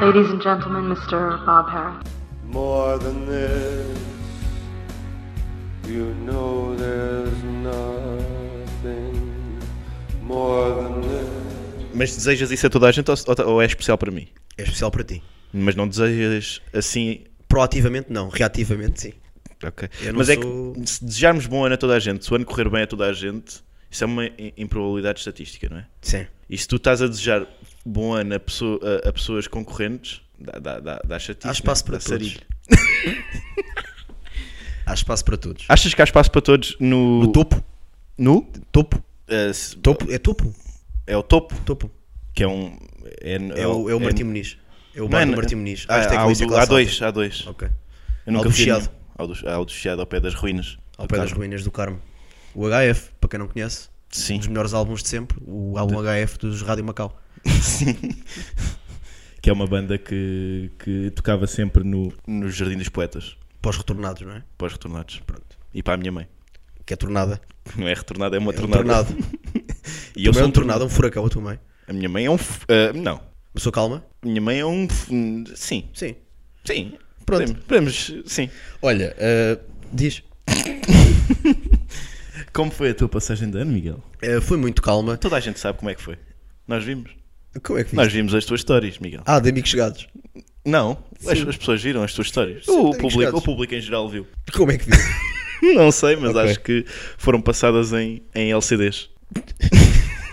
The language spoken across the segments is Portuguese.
Ladies and gentlemen, Mr. Bob Harris. More than this, you know there's nothing more than this. Mas desejas isso a toda a gente ou, ou- ou é especial para mim? É especial para ti. Mas não desejas assim. Proativamente não, reativamente sim. ok. Eu não Mas é sou- que se desejarmos bom ano a toda a gente, se o ano correr bem a toda a gente, isso é uma i- improbabilidade estatística, não é? Sim. E se tu estás a desejar bom ano a, pesso- a- a pessoas concorrentes, dá, dá, dá, dá chatice, Há espaço não é? para Dá todos. sarilho. Há espaço para todos. Achas que há espaço para todos no. No Ah, topo, No? topo, Eh, se- topo, é topo, É o topo, topo. que é um. É, É o, é o Martim Muniz. É o bar do Martim Muniz. é Ah, hashtag há, o do- Luísa há Classe dois, há dois. Alta. Ok. Eu nunca Ao do fui a Chiado. nenhum. Ao do, ao do Chiado, ao pé das ruínas. Ao do pé das Carmo. ruínas do Carmo. O HF, para quem não conhece, Sim. um dos melhores álbuns de sempre, o álbum HF dos Rádio Macau. Sim. que é uma banda que, que tocava sempre no, no Jardim dos Poetas, Pós-retornados, não é? para os retornados. Pronto. E para a minha mãe. Que é tornada. Não é retornada, é uma É um tornada. tornado. E Eu sou um tornado. tornado, é um furacão, a tua mãe. A minha mãe é um. f- ah, não. Mas sou calma? A minha mãe é um. f- Sim. Sim. Sim. Pronto. Podemos, podemos- Sim. Olha, eh, diz. Como foi a tua passagem de ano, Miguel? Eh, foi muito calma. Toda a gente sabe como é que foi. Nós vimos. Como é que Nós fiz? vimos as tuas histórias, Miguel. Ah, de amigos chegados. Não, as, as pessoas viram as tuas histórias. Sim, o, tenho público, gostado. o público em geral viu. Como é que fiz? Não sei, mas Ok. acho que foram passadas em, em LCDs.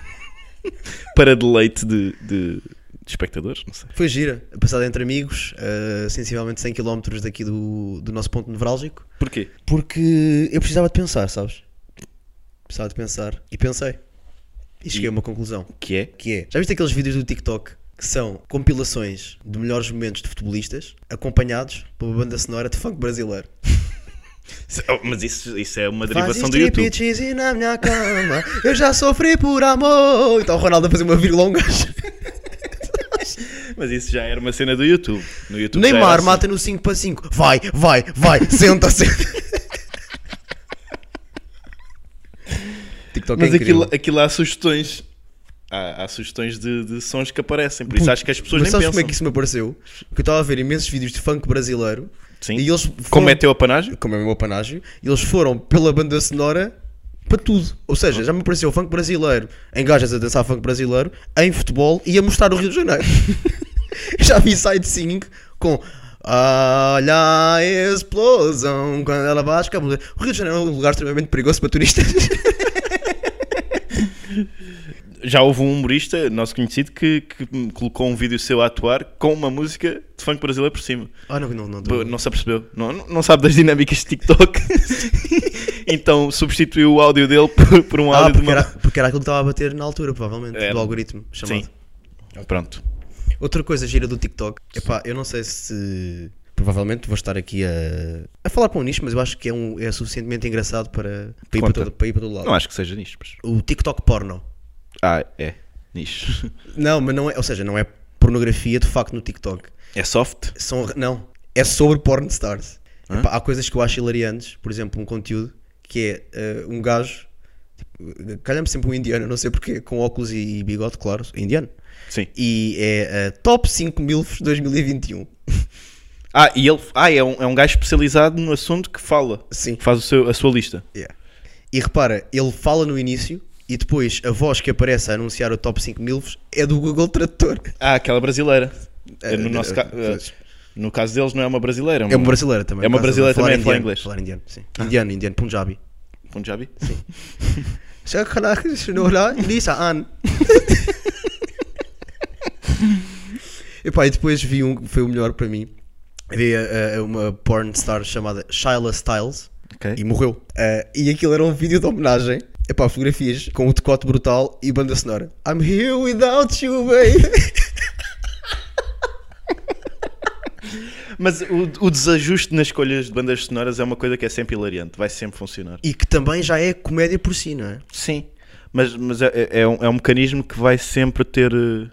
Para deleite de, de- de espectadores, não sei. Foi gira, passada entre amigos, eh, sensivelmente 100 km daqui do, do nosso ponto nevrálgico, Porquê? porque eu precisava de pensar, sabes? Precisava de pensar e pensei. E cheguei E- a uma conclusão, Que é? que é, já viste aqueles vídeos do TikTok que são compilações de melhores momentos de futebolistas acompanhados por uma banda sonora de funk brasileiro? Se- oh, Mas isso, isso é uma Faz derivação do YouTube. striptease na minha cama, eu já sofri por amor. Então o Ronaldo a fazer uma vírgula a um gajo. Mas isso já era uma cena do YouTube. No YouTube já era Neymar assim. mata no 5 para 5. Vai, vai, vai, senta, senta. TikTok Mas aquilo, é incrível. aquilo há sugestões. Há, há sugestões de, de sons que aparecem. Por isso acho que as pessoas nem Mas sabes pensam. como é que isso me apareceu? Que eu estava a ver imensos vídeos de funk brasileiro Sim. e eles Como foram- é teu apanágio? como é o meu apanágio, e eles foram pela banda sonora para tudo. Ou seja, já me apareceu funk brasileiro em gajas a dançar funk brasileiro, em futebol e a mostrar o Rio de Janeiro. já vi side singing com Olha a explosão quando ela basca. O Rio de Janeiro é um lugar extremamente perigoso para turistas. Já houve um humorista nosso conhecido que, que colocou um vídeo seu a atuar com uma música de funk brasileiro por cima. ah, não, não, não. Pô, Não se apercebeu, não, não- não sabe das dinâmicas de TikTok, então substituiu o áudio dele por, por um Ah, áudio de porque uma. era, porque era aquilo que estava a bater na altura, provavelmente, Era. do algoritmo chamado. Sim, pronto. Outra coisa gira do TikTok, epá, eu não sei se. Provavelmente vou estar aqui a, a falar para um nicho, mas eu acho que é, um, é suficientemente engraçado para, para, ir para, Conta. todo, para ir para todo lado. Não é. acho que seja nicho, mas. O TikTok porno. Ah, é, nicho. Não, mas não é. Ou seja, não é pornografia de facto no TikTok. É soft? São, não, é sobre porn stars. Hã? Epá, há coisas que eu acho hilariantes, por exemplo, um conteúdo que é eh, um gajo. Tipo, calha-me sempre um indiano, não sei porquê, com óculos e, e bigode, claro, indiano. Sim. E é eh, Top 5 MILFs 2021. Ah, e ele ah, é, um, é um gajo especializado no assunto que fala, Sim. faz o seu, a sua lista. Yeah. E repara, ele fala no início e depois a voz que aparece a anunciar o top 5 milfs é do Google Tradutor. Ah, aquela brasileira. É, no, Eh, nosso eh, ca- eh, no caso deles, não é uma brasileira, É uma brasileira também. É uma por causa brasileira de falar também, fala indiano, inglês. Ah. Falar indiano, sim. Indiano, indiano, Punjabi. Punjabi? Epá, e depois vi um que foi o melhor para mim. Vi eh, eh, uma porn star chamada Shyla Styles. Ok. e morreu. Ah, e aquilo era um vídeo de homenagem. Epá, fotografias com o decote brutal e banda sonora. I'm here without you, baby. Mas o, o desajuste nas escolhas de bandas sonoras é uma coisa que é sempre hilariante, vai sempre funcionar. e que também já é comédia por si, não é? Sim, mas, mas é, é- é um, é um mecanismo que vai sempre ter. eh,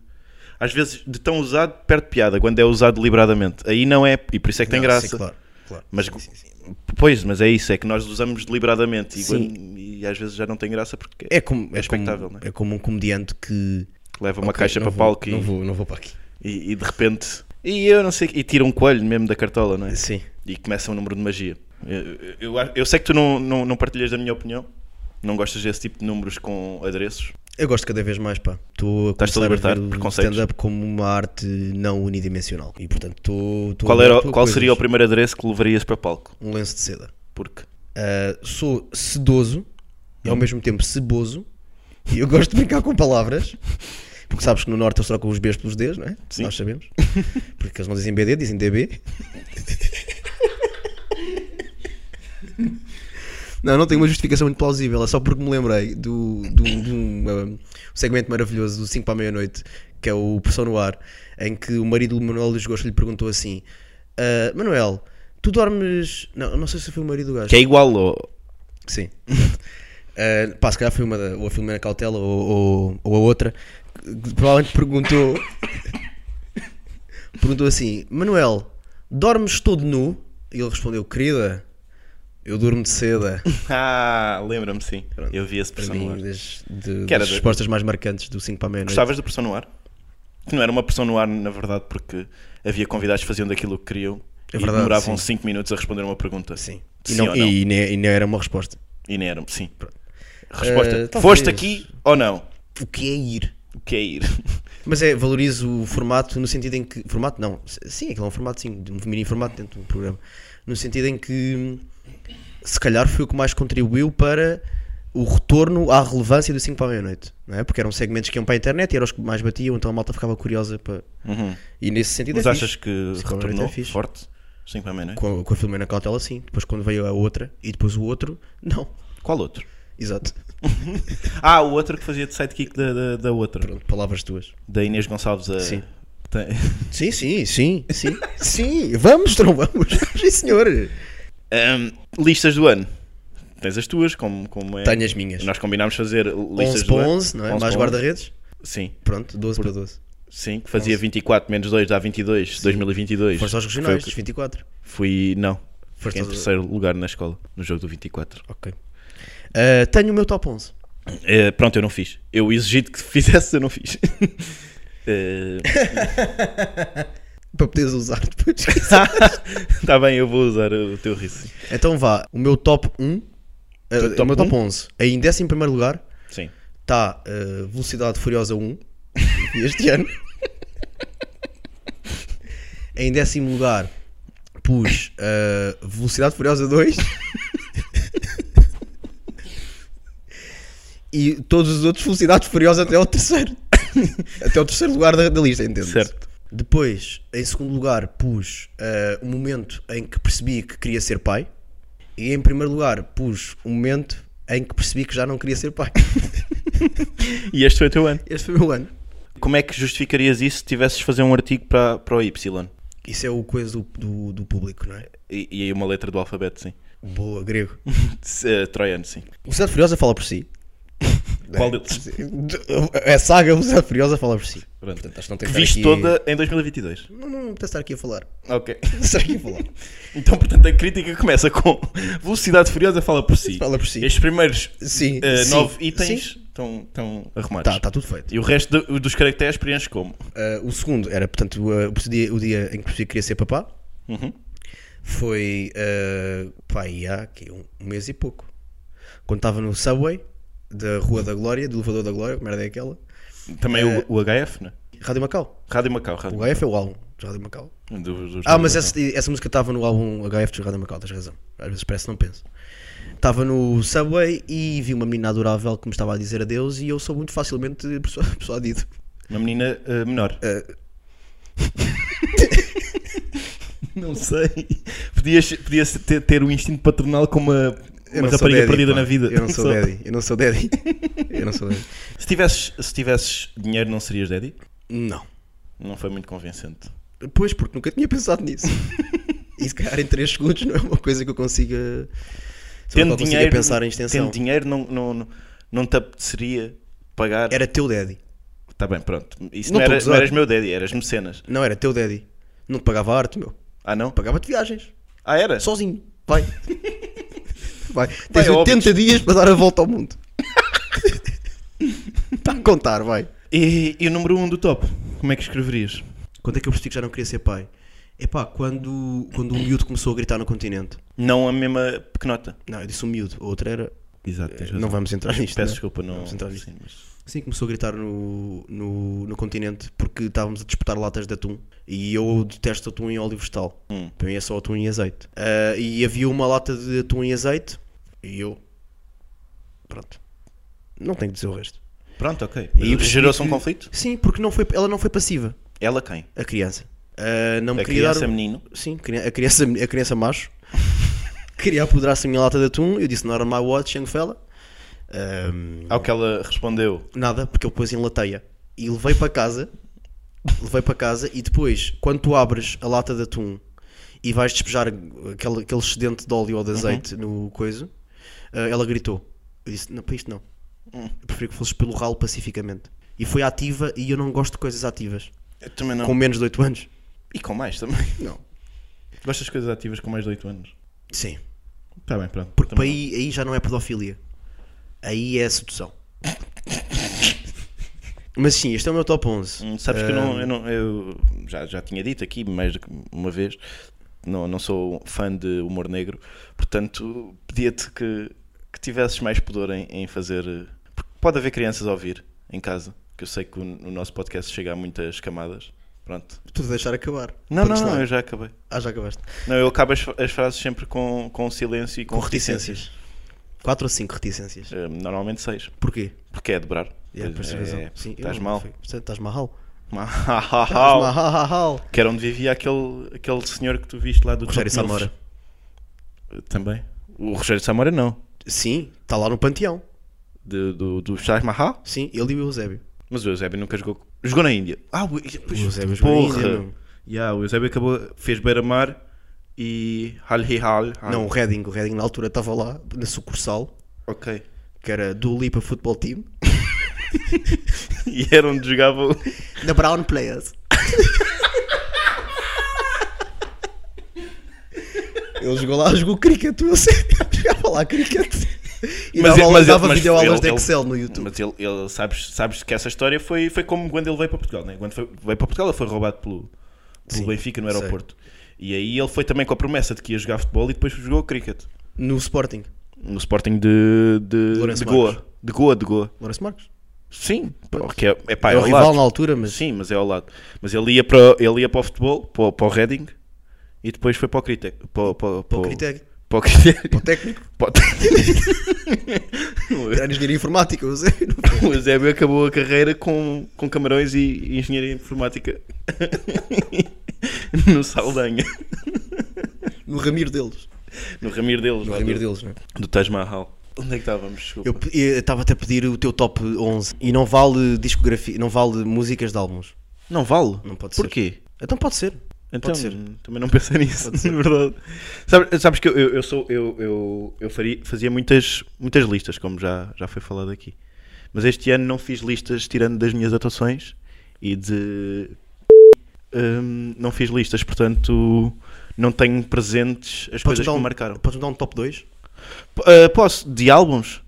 Às vezes, de tão usado, perde piada, quando é usado deliberadamente. Aí não é, e por isso é que tem Não, graça. Sim, claro, claro. Mas, Sim, sim, sim. Pois, mas é isso, é que nós usamos deliberadamente e, Sim. quando- e às vezes já não tem graça porque É como, é, expectável, como, né? é como um comediante que. leva uma Ok, caixa não para vou- palco e, Não vou, não vou para aqui. e- e de repente E eu não sei. E tira um coelho mesmo da cartola, não é? Sim. E começa um número de magia. Eu, eu, eu- eu sei que tu não, não, não partilhas da minha opinião. Não gostas desse tipo de números com adereços. Eu gosto cada vez mais, pá. Estou a Estás-te a começar a libertar ver de o preconceitos? stand-up como uma arte não unidimensional. E portanto, estou. estou Qual, era, aberto a qual seria o coisas. primeiro adereço que levarias para palco? Um lenço de seda. Porque Uh, sou sedoso e ao mesmo tempo ceboso. E eu gosto de brincar com palavras. Porque sabes que no Norte eles trocam os Bs pelos Ds, não é? Sim. Nós sabemos. Porque eles não dizem BD, dizem DB. Não, não tenho uma justificação muito plausível, é só porque me lembrei do, do, de um, um, segmento maravilhoso do 5 para a meia-noite, que é o Pressão no Ar, em que o marido do Manuel dos Gostos lhe perguntou assim: "Ah, Manuel, tu dormes. Não, não sei se foi o marido do gajo. que é igual ao. Sim. Uh, pá, se calhar foi uma da, ou a Filomena Cautela ou, ou, ou a outra que provavelmente perguntou perguntou assim Manuel, dormes todo nu? E ele respondeu, querida eu durmo de seda Ah, lembra-me sim. Eu vi esse para pressão no mim ar. das, de- Que era das de- respostas mais marcantes do 5 para a meia-noite Gostavas da pressão no ar? Que não era uma pressão no ar, na verdade, porque havia convidados que faziam daquilo que queriam É e verdade, demoravam sim. 5 minutos a responder uma pergunta. Sim. Sim e, não, ou não? E, nem, e nem era uma resposta E nem era, sim. Resposta: Eh, talvez. Foste aqui ou não? o que é ir? O que é ir? Mas é, valorizo o formato no sentido em que. Formato não, sim, aquilo é um formato sim, de um mini formato dentro do programa. No sentido em que se calhar foi o que mais contribuiu para o retorno à relevância do 5 para a meia-noite, não é? Porque eram segmentos que iam para a internet e eram os que mais batiam, então a malta ficava curiosa para. E nesse sentido. Uhum. Mas é achas fixe. que Sim, claramente retornou é fixe. forte? 5 para a meia-noite? Com a, com a Filomena Cautela, sim. Depois quando veio a outra e depois o outro, não. Qual outro? Exato. Ah, o outro que fazia de sidekick da, da, da outra. Pronto, palavras tuas. Da Inês Gonçalves a. Sim. Tem- Sim, sim, sim, sim. sim, vamos, não vamos. sim, senhor. Ahm, listas do ano. Tens as tuas, como, como é. Tenho as minhas. Nós combinámos fazer listas 11 do para ano. 11, não é? 11 Mais para 11. guarda-redes. Sim. Pronto, 12 para 12. Sim, que fazia 24 menos 2 dá 22, 2022. Foste aos Foi regionais, o dos que- 24. Fui, não. Foste Fiquei em aos- terceiro lugar na escola, no jogo do 24. Ok. Ah, tenho o meu top 11. Eh, pronto, eu não fiz. Eu exigi que fizesse, eu não fiz. Eh, Para poderes usar depois. tá bem, eu vou usar o teu riso. então vá, o meu top 1. ah, Teu o top meu top 1? 11. Aí em 11 primeiro lugar Sim. está ah, Velocidade Furiosa 1. este ano. em décimo lugar pus ah, Velocidade Furiosa 2. e todos os outros Velocidade Furiosa até ao terceiro. até ao terceiro lugar da, da lista, entende? Certo. Depois, em segundo lugar, pus ah, o momento em que percebi que queria ser pai. E em primeiro lugar, pus o momento em que percebi que já não queria ser pai. E este foi o teu ano. Este foi o meu ano. Como é que justificarias isso se tivesses de fazer um artigo para, para o Y? Isso é o coisa do, do, do público, não é? E, e aí uma letra do alfabeto, sim. Boa, grego. Se- eh, troiano, sim. O Cidade Furiosa fala por si. Qual deles? A saga O Cidade Furiosa fala por si. Pronto. Portanto, acho que não tem que Viste estar aqui- toda em 2022. Não, não, não tem que estar aqui a falar. Não Ok. tem que estar aqui a falar. Então, portanto, a crítica começa com Velocidade Furiosa fala por si. Fala por si. Estes primeiros Sim. eh, sim, nove sim. itens estão, estão arrumados. Tá, tá tudo feito. E o resto do- dos caracteres preenches como? Ah, o segundo era, portanto, o, o dia, o dia em que percebi que queria ser papá. Uhum. Foi, ah, pá, aí há que um, um mês e pouco. Quando estava no subway da Rua da Glória, do Elevador da Glória, que merda é aquela? Também Eh, o, o HF, né? Rádio Macau. Rádio Macau. Rádio O HF é o álbum de Rádio Macau. Macau. Do- dos- Ah, mas Macau. essa, essa música estava no álbum HF de Rádio Macau, tens razão. Às vezes parece que não penso. Estava no Subway e vi uma menina adorável que me estava a dizer adeus e eu sou muito facilmente persu- persuadido. Uma menina eh, menor. Ah, não sei. Podias, podias ter, ter um instinto paternal com uma, uma Eu não sou rapariga daddy, perdida pá. na vida. Eu não sou Só- daddy, eu não sou daddy. Eu não sou daddy. Se tivesses, se tivesses dinheiro, não serias daddy? Não. Não foi muito convincente. Pois, porque nunca tinha pensado nisso. E se calhar em 3 segundos não é uma coisa que eu consiga. sobre a qual Tendo consiga dinheiro, pensar em extensão. tendo dinheiro não, não, não, não te apeteceria pagar. Era teu daddy. Tá bem, pronto. Isso Não não, tô a era, gozar. não eras meu daddy, eras mecenas. Não, era teu daddy. Não te pagava arte, meu. Ah, não? Pagava-te viagens. Ah, era? Sozinho. Vai. Vai. Tens Vai, 80 dias para dar a volta ao mundo. Está a contar, vai. E, e o número 1 um do top? Como é que escreverias? Quando é que eu percebi que já não queria ser pai? É pá, quando, quando um miúdo começou a gritar no continente. Não a mesma Eh, pequenota. Não, eu disse um miúdo, a outra era. eh, Exato. tens razão. Não vamos entrar nisto. Peço né? desculpa, não. Vamos entrar nisto. sim, mas- Sim, começou a gritar no, no, no continente porque estávamos a disputar latas de atum e eu detesto atum em óleo vegetal. Hum. Para mim é só atum e azeite. Ah, e havia uma lata de atum e azeite e eu. Pronto. Não tenho que dizer o resto. Pronto, ok. Eu E percebi gerou-se um que- conflito? Sim, porque não foi, ela não foi passiva, Ela quem? a criança. Ah, não me A queria criança é dar... menino? Sim, cri- a criança, a criança macho queria apoderar-se da minha lata de atum. Eu disse, not on my watch, young fella. Ah, Ao que ela respondeu. Nada, porque eu pus em lateia. E levei para casa. levei para casa e depois, quando tu abres a lata de atum e vais despejar aquele, aquele excedente de óleo ou Uhum. de azeite no coiso, eh, ela gritou. Eu disse, não, para isto não. Hum. Eu prefiro que fosses pelo ralo pacificamente. E foi ativa e eu não gosto de coisas ativas. Eu também não. Com menos de 8 anos? E com mais também. Não. Gostas de coisas ativas com mais de 8 anos? Sim. Está bem, pronto. Porque para Também aí, aí já não é pedofilia. Aí é sedução. Mas sim, este é o meu top 11. Hum, Sabes que eu, não, eu, não- eu já, já tinha dito aqui mais do que uma vez, não, não sou um fã de humor negro, portanto pedia-te que, que tivesses mais pudor em, em fazer. eh, Porque pode haver crianças a ouvir em casa, que eu sei que o, o nosso podcast chega a muitas camadas. Pronto. Tu de deixar acabar. Não, Para não, não, testar. eu já acabei. Ah, já acabaste. Não, eu acabo as, as frases sempre com, com silêncio e com, Com reticências. 4 ou 5 reticências. reticências. Eh, Normalmente seis, Porquê? porque é dobrar. Yeah, Pois por é, essa razão. é, Sim, eu estás não- mal. foi- Portanto, estás mal. Estás Mal. mal. Que era onde vivia aquele, aquele senhor que tu viste lá do Rogério Top Milfs. Samora. Também. O Rogério Samora não. Sim, está lá no panteão. De, do, do Shah Mahal. Sim, ele e o Eusébio. Mas o Eusébio nunca jogou. Jogou na Índia. Ah, o, O Eusébio jogou na porra. Índia, meu. Yeah, o Eusébio acabou, fez beira-mar e. Ah, Hal hi hal. hal. Não, o Reading. O Reading na altura estava lá, na sucursal, Ok. que era do Lipa Football Team, E era onde jogava. o- da Brown Players. ele jogou lá, jogou cricket, eu sei. Jogava lá cricket. E Mas dava, ele- aulas- mas ele- dava mas videoaulas ele- de ele- Excel no YouTube. Mas ele, ele- sabes, sabes que essa história foi, foi como quando ele veio para Portugal, né? Quando foi- veio para Portugal, ele foi roubado pelo, pelo Sim, Benfica no aeroporto. E aí ele foi também com a promessa de que ia jogar futebol e depois jogou cricket. No Sporting. No Sporting de, de, Lourenço de Goa. Marques. De Goa, de Goa. Lourenço Marques. Sim, porque é, é, pá, é é o ao rival lado. na altura, mas Sim, mas é ao lado. Mas ele ia para, ele ia para o futebol, para, o- para o Reading, e depois foi para o Critec. Para, para, para o critério. Para o Critec. Para o técnico. Para o- Era engenharia informática, eu sei. o Eusébio acabou a carreira com, com camarões e, e engenharia informática no Saldanha, No ramiro deles. no Ramiro deles, No lá ramiro do, deles, né? do Taj Mahal. Onde é que estávamos? Desculpa. Eu pe- eu estava até a pedir o teu top 11 e não vale discografia, não vale músicas de álbuns. Não vale? Não pode Porquê? Então pode ser. Então, ser. também não pensei nisso, Pode ser. na verdade. Sabes, sabes que eu, eu, eu sou, eu, eu, eu faria, fazia muitas, muitas listas, como já, já foi falado aqui. Mas este ano não fiz listas tirando das minhas atuações e de. Hum, não fiz listas, portanto não tenho presentes as coisas que dar me um, marcaram. Podes-me dar um top 2? P- ah, posso? De álbuns?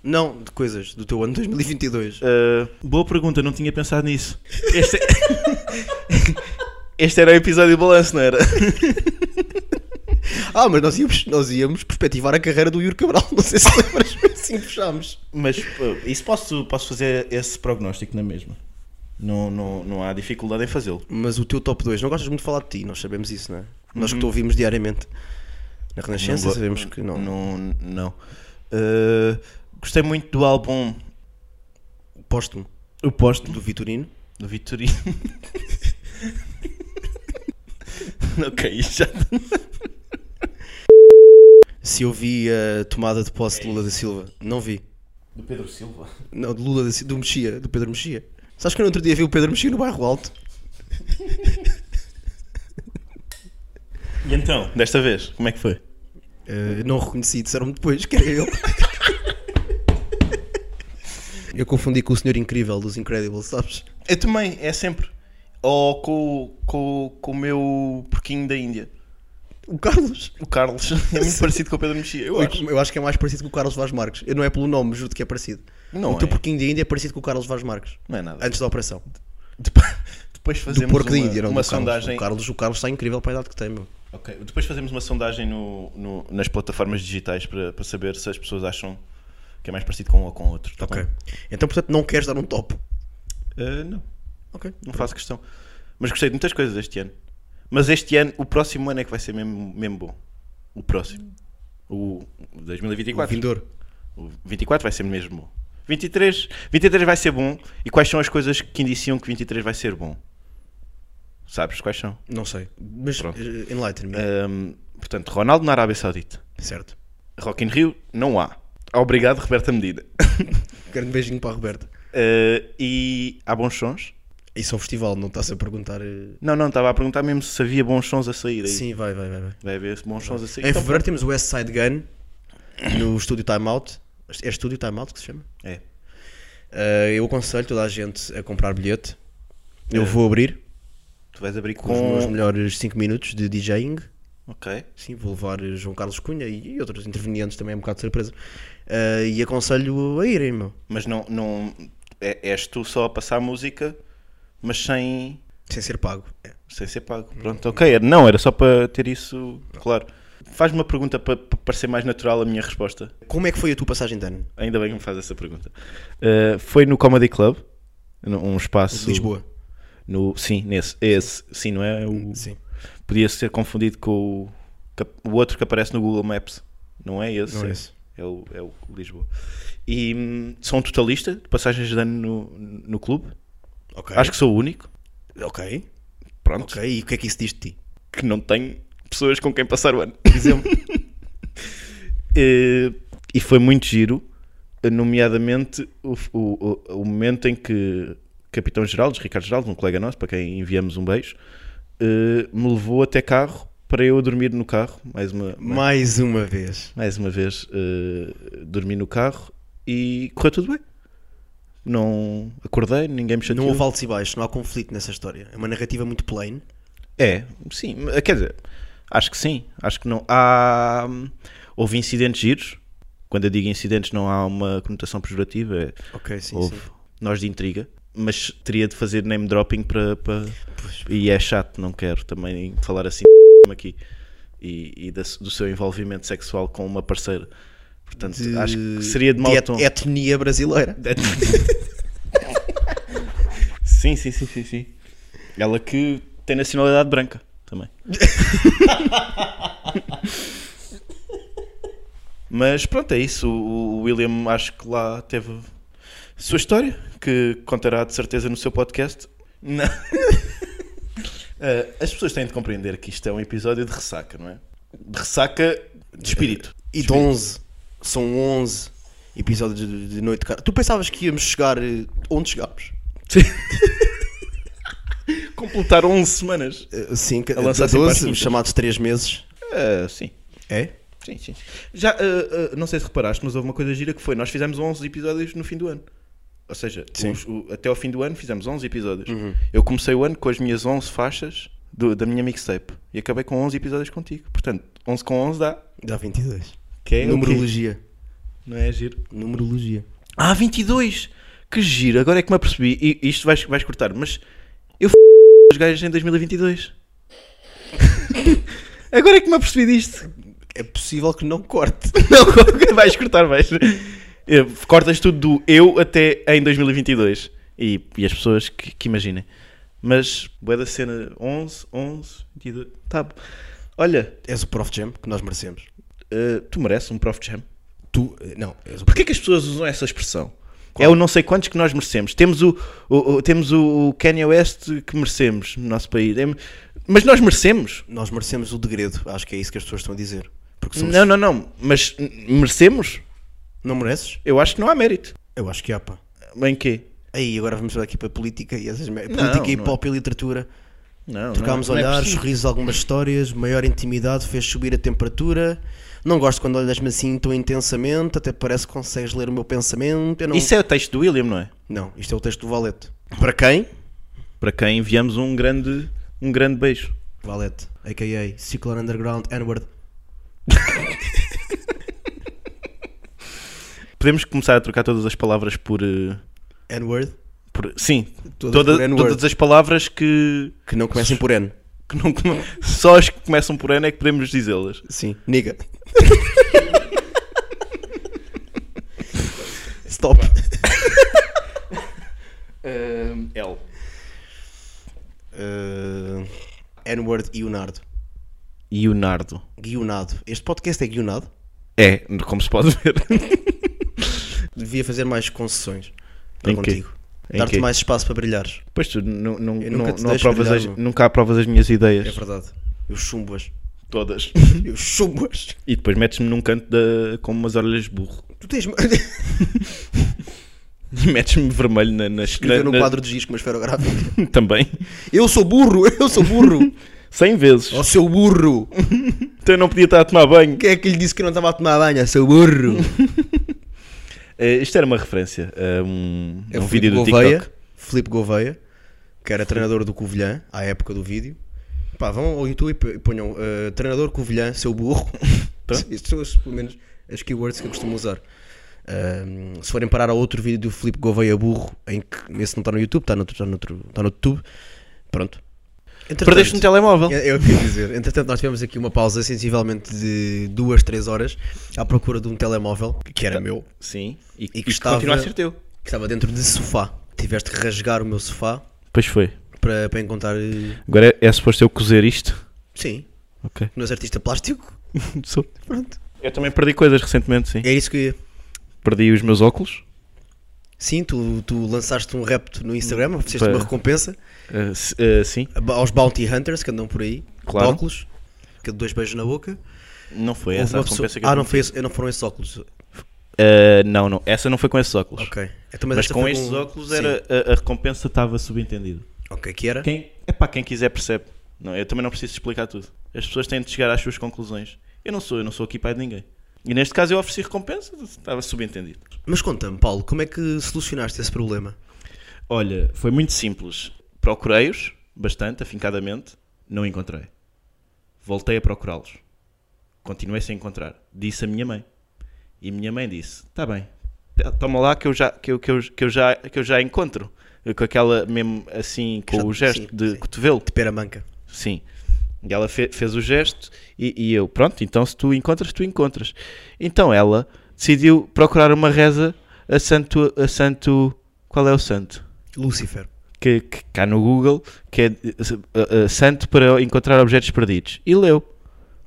Não, de coisas do teu ano 2022. Ah, boa pergunta, não tinha pensado nisso. Este, é- este era o episódio de balanço, não era? Ah, mas nós íamos, nós íamos perspectivar a carreira do Yuri Cabral. Não sei se lembras, mas assim fechámos. Mas pô, isso posso, posso fazer esse prognóstico na mesma. Não, não, não há dificuldade em fazê-lo. Mas o teu top 2, não gostas muito de falar de ti, nós sabemos isso, não é? Nós que te ouvimos diariamente na Uhum. Não Renascença, go- sabemos que não. Não, não. Uh, gostei muito do álbum Póstumo O Posto do Vitorino. do Vitorino. ok, isto já. tá. Se eu vi a tomada de posse de Lula da Silva, não vi. Do Pedro Silva. Não, de Lula da Silva, do Mexia, do Pedro Mexia. Sabes que eu no outro dia vi o Pedro Mexia no bairro alto? E então, desta vez, como é que foi? Eh, não o reconheci, disseram-me depois que era ele. eu confundi com o senhor incrível dos Incredibles, sabes? Eu também, é sempre. Ou com, o- com, o- com o meu porquinho da Índia, O Carlos. o Carlos. É muito parecido com o Pedro Mexia, eu acho. Eu acho que é mais parecido com o Carlos Vaz Marques. Eu não é pelo nome, juro que é parecido. Não o teu é. porquinho de Índia é parecido com o Carlos Vaz Marques. Não é nada. Antes da operação. Depois, depois Do fazemos porco de uma, Índia, não uma do Carlos. sondagem. O Carlos, o Carlos está incrível para a idade que tem, meu. Ok, Depois fazemos uma sondagem no- no- nas plataformas digitais para, para saber se as pessoas acham que é mais parecido com um ou com outro. tá Ok. bom? Então, portanto, não queres dar um top. Ah, não, Ok. não faço questão. Mas gostei de muitas coisas este ano. Mas este ano, o próximo ano é que vai ser mesmo, mesmo bom. O próximo. O O 2024. Vindor. O 24 vai ser mesmo bom. 23, 23 vai ser bom. E quais são as coisas que indiciam que 23 vai ser bom? Sabes quais são? Não sei. Mas Pronto. eh, enlighten me. Ahm, portanto, Ronaldo na Arábia Saudita. Certo. Rock in Rio, não há. Obrigado, Roberta Medina. Grande beijinho para a Roberta. Ah, e há bons sons? Isso é um festival, não estás a perguntar. eh, Não, não, estava a perguntar mesmo se havia bons sons a sair aí. Sim, vai, vai, vai. vai. Vai haver bons sons a sair. Em É Então, fevereiro temos o West Side Gun no estúdio Time Out. É estúdio Time Out que se chama? pronto. É. Eh, eu aconselho toda a gente a comprar bilhete. Eu vou abrir Tu vais abrir Eh, com. com os meus melhores 5 minutos de DJing. Ok. Sim, vou levar eh, João Carlos Cunha e e outros intervenientes também, é um bocado de surpresa. Eh, e aconselho a irem, meu. Mas não. não... É, és tu só a passar música, mas sem. Sem ser pago. É. Sem ser pago. Pronto, ok. era- Não, era só para ter isso claro. Faz-me uma pergunta para, para parecer mais natural a minha resposta. Como é que foi a tua passagem de ano? Ainda bem que me faz essa pergunta. Uh, foi no Comedy Club, num- um espaço. De Lisboa. No, sim, nesse. Esse, sim, não é? O, Sim. Podia ser confundido com o, cap- o outro que aparece no Google Maps. Não é esse? Não é esse. É o, é o Lisboa. E hum, sou um totalista de passagens de ano no, no clube. Ok. Acho que sou o único. Ok. Pronto. Ok. E o que é que isso diz de ti? que não tem pessoas com quem passar o ano. Por exemplo. Eh, e foi muito giro, nomeadamente o, o- o- o momento em que Capitão Geraldes, Ricardo Geraldes, um colega nosso, para quem enviamos um beijo, eh, me levou até carro para eu dormir no carro, mais uma, Mais uma vez. mais uma vez eh, dormi no carro e correu tudo bem. Não acordei, ninguém me chateou. Não houve altos e baixos, não há conflito nessa história. É uma narrativa muito plain. É, sim, quer dizer, acho que sim, acho que não. Há, hum, houve incidentes giros, quando eu digo incidentes não há uma conotação pejorativa, é- Ok, sim, houve nós de intriga, mas teria de fazer name dropping para... para- E é chato, não quero também falar assim aqui, e, e da- do seu envolvimento sexual com uma parceira, portanto acho que seria de mau tom. et- etnia brasileira. sim, sim, sim, sim, sim. Ela que tem nacionalidade branca também. Mas pronto, é isso. O o William acho que lá teve a sua história, que contará de certeza no seu podcast. Não. Eh, As pessoas têm de compreender que isto é um episódio de ressaca, não é? De ressaca de espírito. E de 11. São 11 episódios de, de noite, cara. Tu pensavas que íamos chegar eh, onde chegámos? Completaram 11 semanas. Eh, Sim, que- A lançar de sempre às 12, quintas. os chamados 3 meses. Eh, sim. É? Sim, sim. Já, ah, ah, não sei se reparaste, mas houve uma coisa gira que foi: nós fizemos 11 episódios no fim do ano. Ou seja, os- o- até ao fim do ano fizemos 11 episódios. Eu comecei o ano com as minhas 11 faixas do- da minha mixtape e acabei com 11 episódios contigo. Portanto, 11 com 11 dá. Dá 22. Que é o quê? Numerologia. Não é giro? Numerologia. Ah, 22! Que giro, agora é que me apercebi. E isto vais, vais cortar, mas eu f os gajos em 2022. agora é que me apercebi disto. É possível que não corte. Não, vais cortar, vais. Eh, Cortas tudo do eu até em 2022. E, e as pessoas que, que imaginem. Mas, boa da cena 11, 11, 22. Tá. bom. Olha, És o Prof Jam que nós merecemos. eh, tu mereces um Prof Jam. Tu, eh, não, és o Porquê que as pessoas usam essa expressão? É o não sei quantos que nós merecemos. Temos o, o- o- temos o Kanye West que merecemos no nosso país. É- Mas nós merecemos. Nós merecemos o degredo. Acho que é isso que as pessoas estão a dizer. Porque somos... Não, não, não. Mas n- merecemos? não mereces? Eu acho que não há mérito. Eu acho que há, pá. Em quê? Aí, agora vamos olhar aqui para a política e essas mer- Não, Política, não hip é. hop e literatura. Não, Trocámos não é- não é olhares, possível. sorrisos, algumas histórias, maior intimidade, fez subir a temperatura. Não gosto quando olhas-me assim tão intensamente, até parece que consegues ler o meu pensamento. Eu não... Isso é o texto do William, não é? não, isto é o texto do Valete. Para quem? Para quem enviamos um grande, um grande beijo. Valete, a.k.a. Ciclone Underground, N-Word. Podemos começar a trocar todas as palavras por, eh, N-Word? por Por- sim, Todas toda- por N word. todas as palavras que, Que não comecem por N. que não come- só as que começam por N é que podemos dizê-las. Sim. Niga. Stop. L. Uh, N-word Guionardo. E o Nardo. Guionado. Este podcast é guionado. É, como se pode ver. Devia fazer mais concessões para Em quê? contigo. Em Dar-te quê? mais espaço para brilhares. Pois tu não, não, Eu não, nunca te não deixo aprovas brilhar, as- meu. nunca aprovas as minhas É ideias. verdade. Eu chumbo-as. Todas. Eu chumbo-as. E depois metes-me num canto da, com umas orelhas de burro. Tu tens. E metes-me vermelho na, nas Escrever na- num na- quadro de giz com uma esferográfica. Também. Eu sou burro, eu sou burro. Cem vezes. Ó seu burro. Então eu não podia estar a tomar banho. Quem é que lhe disse que não estava a tomar banho? Ó seu burro. Eh, isto era uma referência a um, É a um Filipe vídeo do Gouveia, TikTok. Filipe Gouveia, que era treinador do Covilhã, à época do vídeo. Pá, vão ao YouTube e p- e ponham eh, treinador Covilhã, seu burro. Isto são as- pelo menos as keywords que eu costumo usar. Ahm, se forem parar a outro vídeo do Filipe Gouveia burro, em que esse não está no YouTube, está no, está no, outro- está no YouTube. Pronto. Perdeste um Entretanto- telemóvel. é, é o que eu ia dizer. Entretanto, nós tivemos aqui uma pausa sensivelmente de duas, três horas à procura de um telemóvel que Tá. era meu, Sim. E, e que que estava- continua a ser teu. que estava dentro de sofá. Tiveste que rasgar o meu sofá Pois foi. para, para encontrar. eh, Agora é, é suposto eu cozer isto. Sim, Ok. não és artista plástico. Pronto. Eu também perdi coisas recentemente, sim. É isso que eu ia. Perdi os meus óculos. Sim, tu, tu lançaste um repto no Instagram, ofereceste Pá. uma recompensa Eh, se- eh, sim. a- aos Bounty Hunters que andam por aí, Claro. de óculos, que é de dois beijos na boca. Não foi Houve essa a uma pessoa- recompensa que eu Ah, não, tive. foi esse, não foram esses óculos. Eh, não, não. Essa não foi com esses óculos. Ok. Então, Mas, esta com foi estes óculos Sim. era, a, a recompensa estava subentendida. Ok, que era? Quem, epá, quem quiser percebe. Não, eu também não preciso explicar tudo. As pessoas têm de chegar às suas conclusões. Eu não sou, eu não sou aqui pai de ninguém. E neste caso eu ofereci recompensa, estava subentendido. Mas conta-me, Paulo, como é que solucionaste esse problema? Olha, foi muito simples. Procurei-os, bastante, afincadamente, não encontrei. Voltei a procurá-los. Continuei sem encontrar. Disse a minha mãe. E minha mãe disse: Tá bem, t- toma lá que eu já, que eu, que eu, que eu já, que eu já encontro. Com aquela, mesmo assim, com Já- o gesto sim, de sim. cotovelo. De peramanca. Sim. E ela fe- fez o gesto e, e eu, pronto, então se tu encontras, tu encontras. Então ela decidiu procurar uma reza a santo, a santo, qual é o santo? Lúcifer. Que, que cá no Google, que é eh, eh, santo para encontrar objetos perdidos. E leu.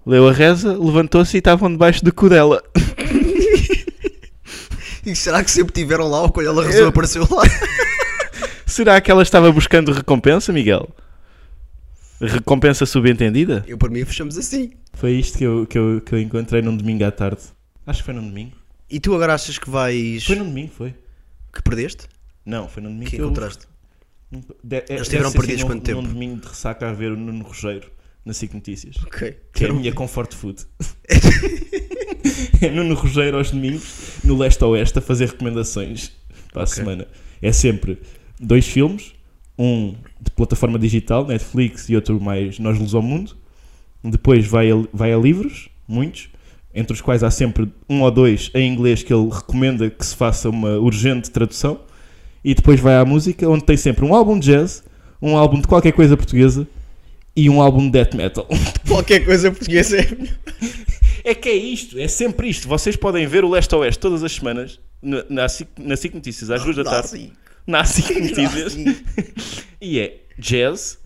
Leu a reza, levantou-se e estavam debaixo do cu dela. E será que sempre tiveram lá ou quando ela resolveu apareceu lá? Será que ela estava buscando recompensa, Miguel? Recompensa subentendida? Eu, para mim, fechamos assim. Foi isto que eu, que eu, que eu encontrei num domingo à tarde. Acho que foi num domingo. E tu agora achas que vais. Foi num domingo, foi. que perdeste? Não, foi no domingo Que que eu- encontraste? De- é- deve estiveram ser assim perdidos num- quanto tempo? Num domingo de ressaca a ver o Nuno Rogeiro na SIC Notícias. Ok. Então, Que é a minha comfort food. é Nuno Rogeiro aos domingos, no leste-oeste, a fazer recomendações para a semana. É sempre dois filmes, um de plataforma digital, Netflix, e outro mais Nós Luz ao Mundo. Depois vai a, vai a livros, muitos, entre os quais há sempre um ou dois em inglês que ele recomenda que se faça uma urgente tradução. E depois vai à música, onde tem sempre um álbum de jazz, um álbum de qualquer coisa portuguesa e um álbum de death metal. Qualquer coisa portuguesa é melhor. É que é isto, é sempre isto. Vocês podem ver o Leste a Oeste todas as semanas na- na SIC, na SIC Notícias, às duas da tarde. Na SIC Notícias. e é jazz,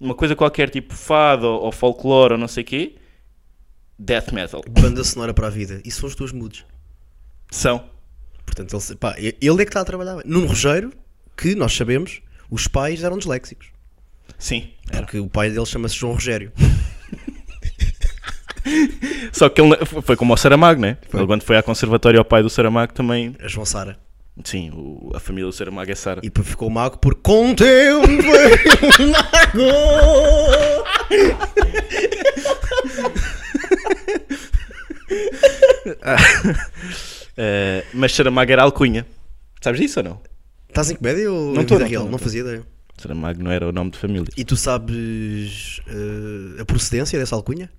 uma coisa qualquer tipo fado ou ou folclore ou não sei o quê, death metal. Banda sonora para a vida. E são os teus mudos. São. Portanto, ele, se- pá, ele é que está a trabalhar bem. Nuno Rogeiro, que nós sabemos, os pais eram disléxicos. Sim. era. Porque o pai dele chama-se João Rogério. Só que ele na- foi como o Saramago, né? Ele quando foi à conservatória ao pai do Saramago também. A João Sara. Sim, o- a família do Saramago é Sara. E depois ficou mago por contemplei um mago. Eh, mas Saramago era alcunha. Sabes disso ou não? Estás em comédia ou Não não tô, não vida tô, real? não Não, tô. fazia ideia. Saramago não era o nome de família. E tu sabes eh, a procedência dessa alcunha?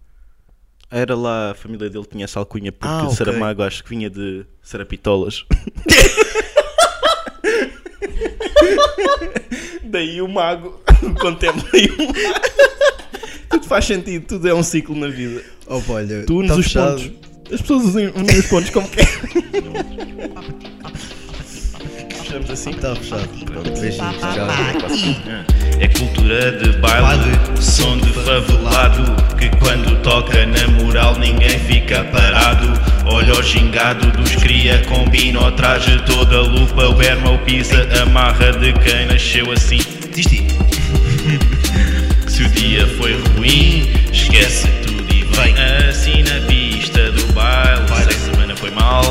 Era lá, a família dele tinha essa alcunha porque Ah, ok. Saramago acho que vinha de Sarapitolas. Daí o mago contempla aí o mago. Tudo faz sentido, tudo é um ciclo na vida. Opa, olha, Tu unes tá os fechado. pontos. As pessoas unem unem os pontos como querem. Estamos assim. Tá fechado. Pronto, beijinho. Tchau. É cultura de baile, som de favelado. Que quando toca na moral ninguém fica parado. Olha o gingado dos cria, combina o traje toda a lupa. O berma, o pisa, a marra de quem nasceu assim. Diz-te. Se o dia foi ruim, esquece tudo e vem assim na pista do baile. Se a semana foi mal,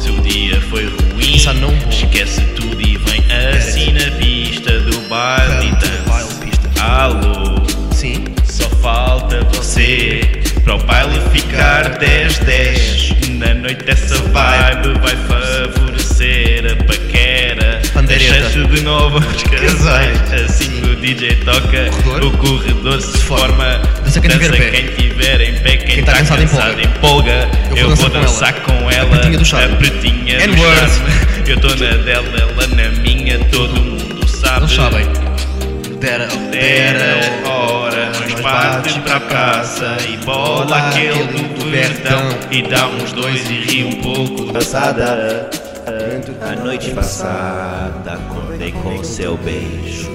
se o dia foi ruim, Isso é não bom. esquece tudo e vem assim na pista do baile. Pista, Então, baile, pista. Alô, Sim. só falta você para o baile ficar 10-10. Na noite essa vibe vai favorecer a paquera. Pandeireta. Deixaste de novo os casais. Casais. Assim que o DJ toca, Corredor. o corredor se forma. Dança quem tiver pé. quem tiver em pé. Quem, Quem tá está cansado cansado empolga. empolga. Eu vou Eu vou dançar dançar com com ela. ela. A pretinha do charme. A pretinha do N-word. charme. Eu tô na dela, ela na minha. Todo mundo sabe. oh, Não sabem. Dera, Era hora, nós parte pra casa E bola aquele do verdão E dá uns dois e ri um pouco Passada. A noite passada acordei com o seu beijo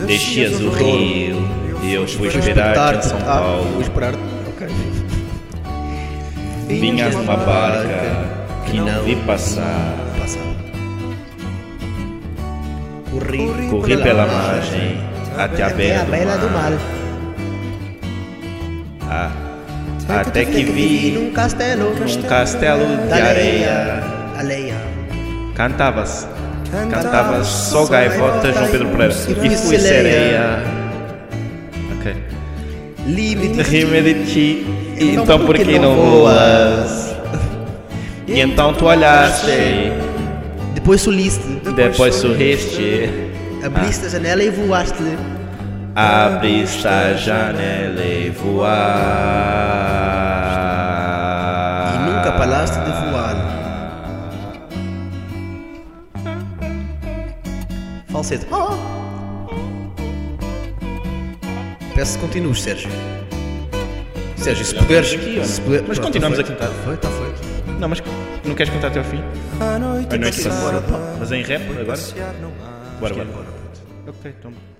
oh. Deixias o rio E eu fui esperar-te em São Ah, vou Paulo esperar. Ok. Vinhas numa barca Que não vi passar Passa. Corri, Corri pela margem Até a beira do mar Ah, Até que vi num castelo, um castelo de areia. Aleia. Cantavas, cantavas só gaivota João Pedro Pereira. E fui fui sereia. Ok. Livre de Rime de ti, então por que não voas? E então tu olhaste, Depois soliste, depois sorriste, abriste a janela e voaste. abriste a janela e voar. E nunca Ah. paraste de voar. Falsete. Ah. Peço que continues, Sérgio. Sérgio, se puderes. aqui, ó. se puder- Mas Pronto, continuamos um tá feito. a cantar. Foi, tá feito. Não, mas não queres cantar até ao fim? é A noite passada. Mas em rap agora? Bora, bora. Ok, então.